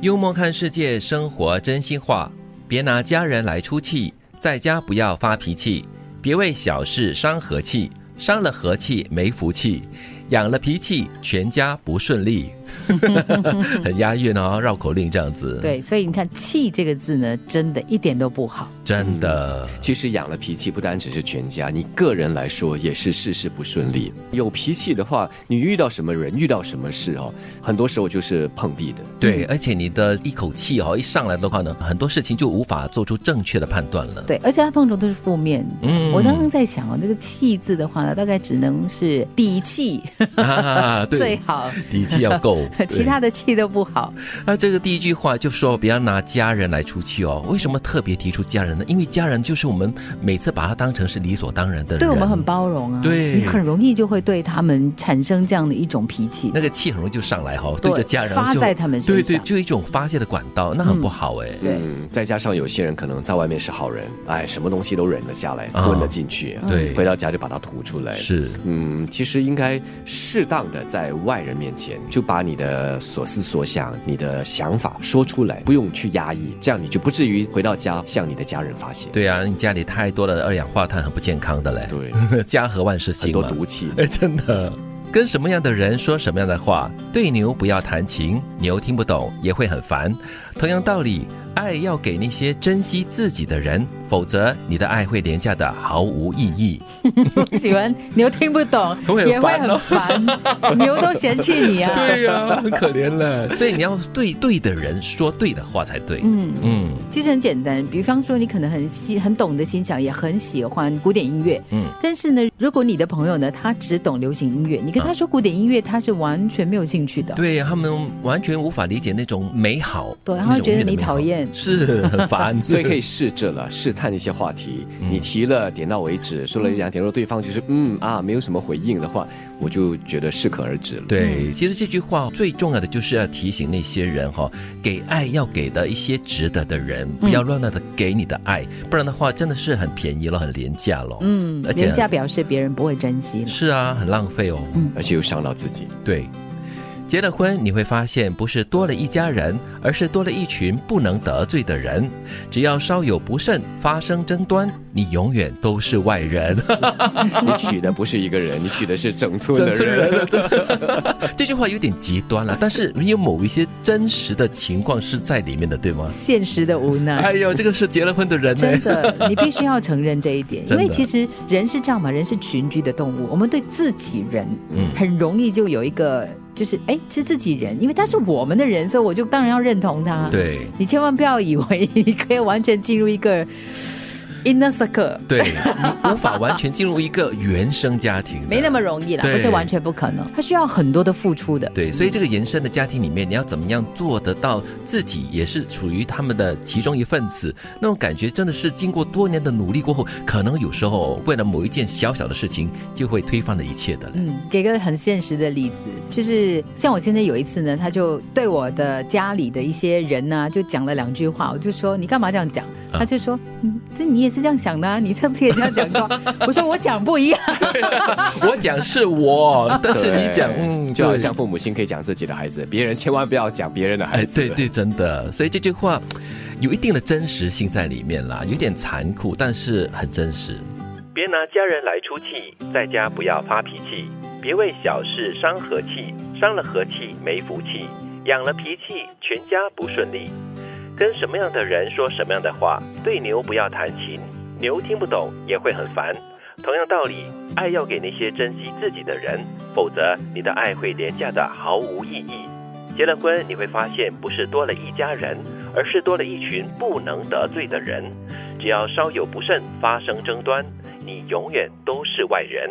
幽默看世界，生活真心话。别拿家人来出气，在家不要发脾气，别为小事伤和气，伤了和气没福气，养了脾气全家不顺利。 很押韵哦，绕口令这样子。，对，所以你看“气”这个字呢，真的一点都不好。真的。嗯其实养了脾气，不单只是全家，你个人来说也是事事不顺利。有脾气的话，你遇到什么人，遇到什么事哦，很多时候就是碰壁的。对，而且你的一口气哦，一上来的话呢，很多事情就无法做出正确的判断 了。对，而且它通常都是负面。嗯我刚刚在想哦，这个“气”字的话呢，大概只能是底气啊，最对，好，。底气要够 其他的气都不好。那这个第一句话就说不要拿家人来出气哦。为什么特别提出家人呢？因为家人就是我们每次把它当成是理所当然的人，对我们很包容啊，对你很容易就会对他们产生这样的一种脾气。那个气很容易就上来哈、哦，对着家人发就在他们身上对对，就一种发泄的管道，那很不好哎。对嗯，再加上有些人可能在外面是好人，哎，什么东西都忍了下来，啊吞了进去，对回到家就把它吐出来。是，嗯，其实应该适当的在外人面前就把你的所思所想、你的想法说出来，不用去压抑，这样你就不至于回到家向你的家人发泄。对啊，你家里太多的二氧化碳很不健康的嘞。对， 家和万事很兴多嘛。毒气。 哎，真的。跟什么样的人说什么样的话，对牛不要弹琴，牛听不懂也会很烦。同样道理，爱要给那些珍惜自己的人，否则你的爱会廉价的毫无意 义。 喜欢你又听不懂， 会很也会烦哦很 烦，牛都嫌弃你啊。呀、很可怜了。所以你要对对的人说对的话才对。嗯，嗯，其实很简单，比方说你可能很喜很懂得欣赏，也很喜欢古典音乐，嗯，但是呢，如果你的朋友呢，他只懂流行音乐，你跟他说古典音乐，他是完全没有兴趣的，啊对他们完全无法理解那种美好，对那他会种觉得美的你美好讨厌是很 烦，所以可以试着了，试探一些话题。嗯你提了，点到为止；说了一两点，若对方就是嗯啊，没有什么回应的话，我就觉得适可而嗯止了。对，其实这句话最重要的就是要提醒那些人哈、给爱要给的一些值得的人，不嗯要乱乱的给你的爱，不然的话真的是很便宜了，很廉价了。嗯，而且人家表嗯示别人不会珍惜 了。是啊，很浪费哦。而且又伤到 自己。对，结了婚你会发现，不是多了一家人，而是多了一群不能得罪的人。只要稍有不慎发生争端，你永远都是外人。你娶的不是一个人，你娶的是整村的人。啊 这句话有点极端了，但是也有某一些真实的情况是在里面的，对吗？现实的无奈。哎呦，这个是结了婚的人呢、真的，你必须要承认这一 点，因真的为其实人是这样嘛，人是群居的动物，我们对自己人，嗯很容易就有一个就是，哎，是自己人，因为他是我们的人，所以我就当然要认同他。，对你千万不要以为你可以完全进入一个 inner circle，对， 你无法完全进入一个原生家庭，没那么。容易啦，对不是完全不可能，他需要很多的付出的。对，所以这个延伸的家庭里面，你要怎么样做得到自己也是处于他们的其中一份子？那种感觉真的是经过多年的努力过后，可能有时候为了某一件小小的事情，就会推翻了一切的了。嗯，给个很现实的例子，就是像我先生有一次呢，他就对我的家里的一些人呢、就讲了两句话，我就说你干嘛这样讲？他就说，嗯，这你也是这样想的、啊，你上次也这样讲过。我说我讲不一样，我讲是我，但是你讲，对嗯，就好对像父母亲可以讲自己的孩子，别人千万不要讲别人的孩哎，子。对对，真的，所以这句话有一定的真实性在里面啦，有点残酷，但是很真实。别拿家人来出气，在家不要发脾气，别为小事伤和气，伤了和气没福气，养了脾气全家不顺利。跟什么样的人说什么样的话，对牛不要弹琴，牛听不懂也会很烦。同样道理，爱要给那些珍惜自己的人，否则你的爱会廉价的毫无意义。结了婚，你会发现不是多了一家人，而是多了一群不能得罪的人。只要稍有不慎发生争端，你永远都是外人。